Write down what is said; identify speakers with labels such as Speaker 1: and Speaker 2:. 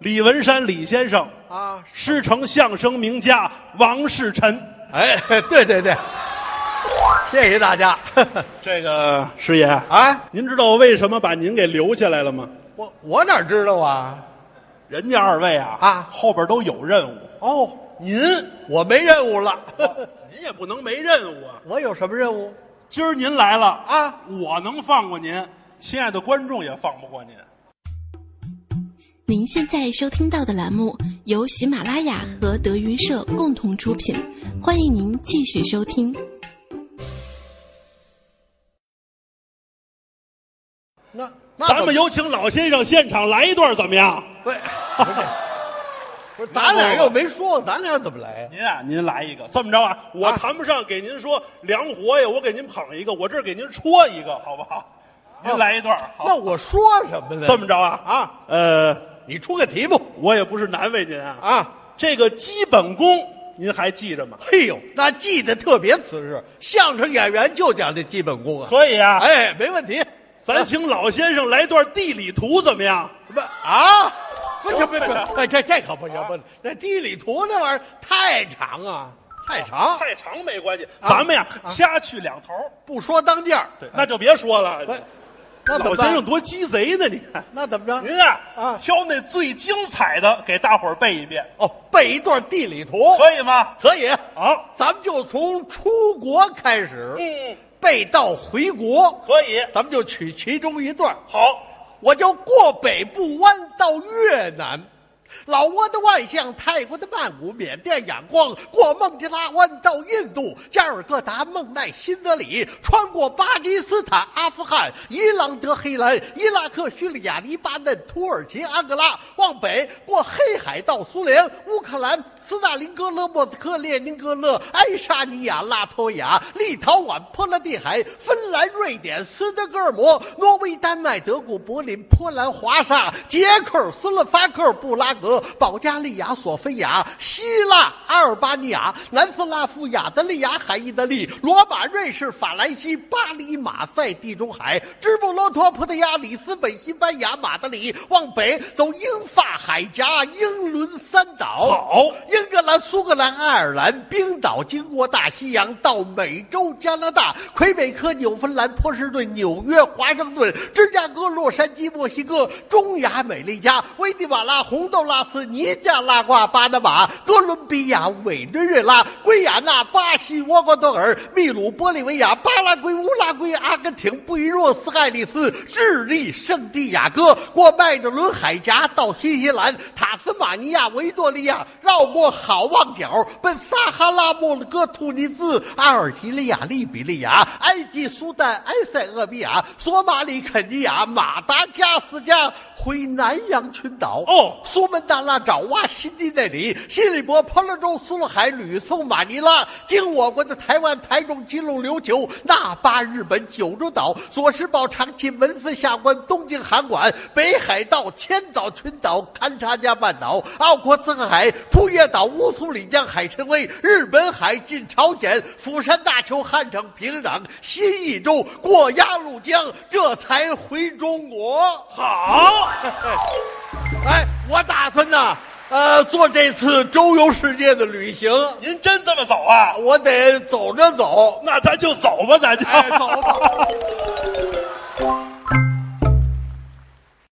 Speaker 1: 李文山李先生，
Speaker 2: 啊，
Speaker 1: 师承相声名家王世 臣。
Speaker 2: 哎， 对对对，谢谢大 家。
Speaker 1: 这个师爷，
Speaker 2: 啊，
Speaker 1: 您知道为什么把您给留下来了吗？
Speaker 2: 我我哪知道啊？
Speaker 1: 人家二位啊
Speaker 2: 啊
Speaker 1: 后边都有任 务，
Speaker 2: 哦，您我没任务了，
Speaker 1: 您也不能没任务啊。
Speaker 2: 我有什么任务？
Speaker 1: 今儿您来了
Speaker 2: 啊，
Speaker 1: 我能放过您，亲爱的观众也放不过您。
Speaker 3: 您现在收听到的栏目由喜马拉雅和德云社共同出品，欢迎您继续收听。
Speaker 2: 那那
Speaker 1: 咱
Speaker 2: 怎
Speaker 1: 们
Speaker 2: 么
Speaker 1: 有请老先生现场来一段，怎么样？
Speaker 2: 不是不是，咱俩又没说，咱俩怎么来呀？
Speaker 1: 您啊，您来一个，这么着啊，我
Speaker 2: 啊
Speaker 1: 谈不上给您说凉活呀，我给您捧一个，我这儿给您戳一个，好不好？您来一段，好
Speaker 2: 那我说什么呢？
Speaker 1: 这么着啊
Speaker 2: 啊，
Speaker 1: 呃，
Speaker 2: 你出个题目
Speaker 1: 我也不是难为您啊，
Speaker 2: 啊？
Speaker 1: 这个基本功您还记着吗？
Speaker 2: 嘿哎呦，那记得特别瓷实，相声演员就讲这基本功啊。
Speaker 1: 可以啊，
Speaker 2: 哎，没问题。
Speaker 1: 咱请老先生来段地理图怎么样？
Speaker 2: 不啊，不是不是，哎，这这可不行，不是这地理图那玩意儿太长啊，太长，啊
Speaker 1: 太长没关系，咱们呀掐去两头儿，
Speaker 2: 不说当件儿。
Speaker 1: 那就别说了
Speaker 2: 不。哎那怎
Speaker 1: 老
Speaker 2: 么
Speaker 1: 先生
Speaker 2: 办？
Speaker 1: 多鸡贼呢你！
Speaker 2: 那怎么着？
Speaker 1: 您啊，
Speaker 2: 啊
Speaker 1: 挑那最精彩的给大伙儿背一遍，
Speaker 2: 哦，背一段地理图
Speaker 1: 可以啊吗？
Speaker 2: 可以，
Speaker 1: 好，
Speaker 2: 咱们就从出国开始，
Speaker 1: 嗯，
Speaker 2: 背到回国，
Speaker 1: 可以，
Speaker 2: 咱们就取其中一段儿。
Speaker 1: 好，
Speaker 2: 我就过北部湾到越南，老挝的万象，泰国的曼谷，缅甸仰光，过孟加拉湾到印度加尔各答、孟奈、新德里，穿过巴基斯坦、阿富汗、伊朗、德黑兰、伊拉克、叙利亚、黎巴嫩、土耳其、安哥拉，往北过黑海到苏联、乌克兰、斯大林格勒、莫斯科、列宁格勒、爱沙尼亚、拉脱亚、立陶宛、波罗的海、芬兰、瑞典、斯德哥尔摩、挪威、丹麦、德国、柏林、波兰、华沙、捷克、斯洛伐克、布拉格、保加利亚、索菲亚、希腊、阿尔巴尼亚、南斯拉夫、亚得里亚海、意大利、罗马、瑞士、法兰西、巴黎、马赛、地中海、直布罗陀、葡萄牙、里斯本、西班牙、马德里，往北走英法海峡、英伦三岛。
Speaker 1: 好
Speaker 2: 英格兰、苏格兰、爱尔兰、冰岛，经过大西洋到美洲、加拿大、魁北克、纽芬兰、波士顿、纽约、华盛顿、芝加哥、洛杉矶、墨西哥、中亚、美利加、危地马拉、洪都拉斯、尼加拉瓜、巴拿马、哥伦比亚、委内瑞拉、圭亚那、巴西、厄瓜多尔、秘鲁、玻利维亚、巴拉圭、乌拉圭、阿根廷、布宜诺斯艾利斯、智利、圣地亚哥，过麦哲伦海峡到新西兰、塔斯马尼亚、维多利亚，绕过好望角，奔撒哈拉、莫斯科、突尼斯、阿尔及利亚、利比利亚、埃及、苏丹、埃塞俄比亚、索马里、肯尼亚、马达加斯加，回南洋群岛。
Speaker 1: 哦
Speaker 2: 苏门答腊、爪哇、新几内里、西里伯、婆罗洲、苏勒海、吕宋、马尼拉，经我国的台湾、台中、基隆、琉球、那霸、日本、九州岛、佐世保、长崎、文森下关、东京函馆、北海道、千岛群岛、勘察加半岛、奥阔茨克海、库页岛、乌苏里江、海参崴、日本海、进朝鲜、釜山大邱、汉城、平壤、新义州、过鸭绿江，这才回中国。
Speaker 1: 好，
Speaker 2: 哎，我打算呐，呃，做这次周游世界的旅行，
Speaker 1: 您真这么走啊？
Speaker 2: 我得走着走。
Speaker 1: 那咱就走吧，咱就。
Speaker 2: 哎，走吧。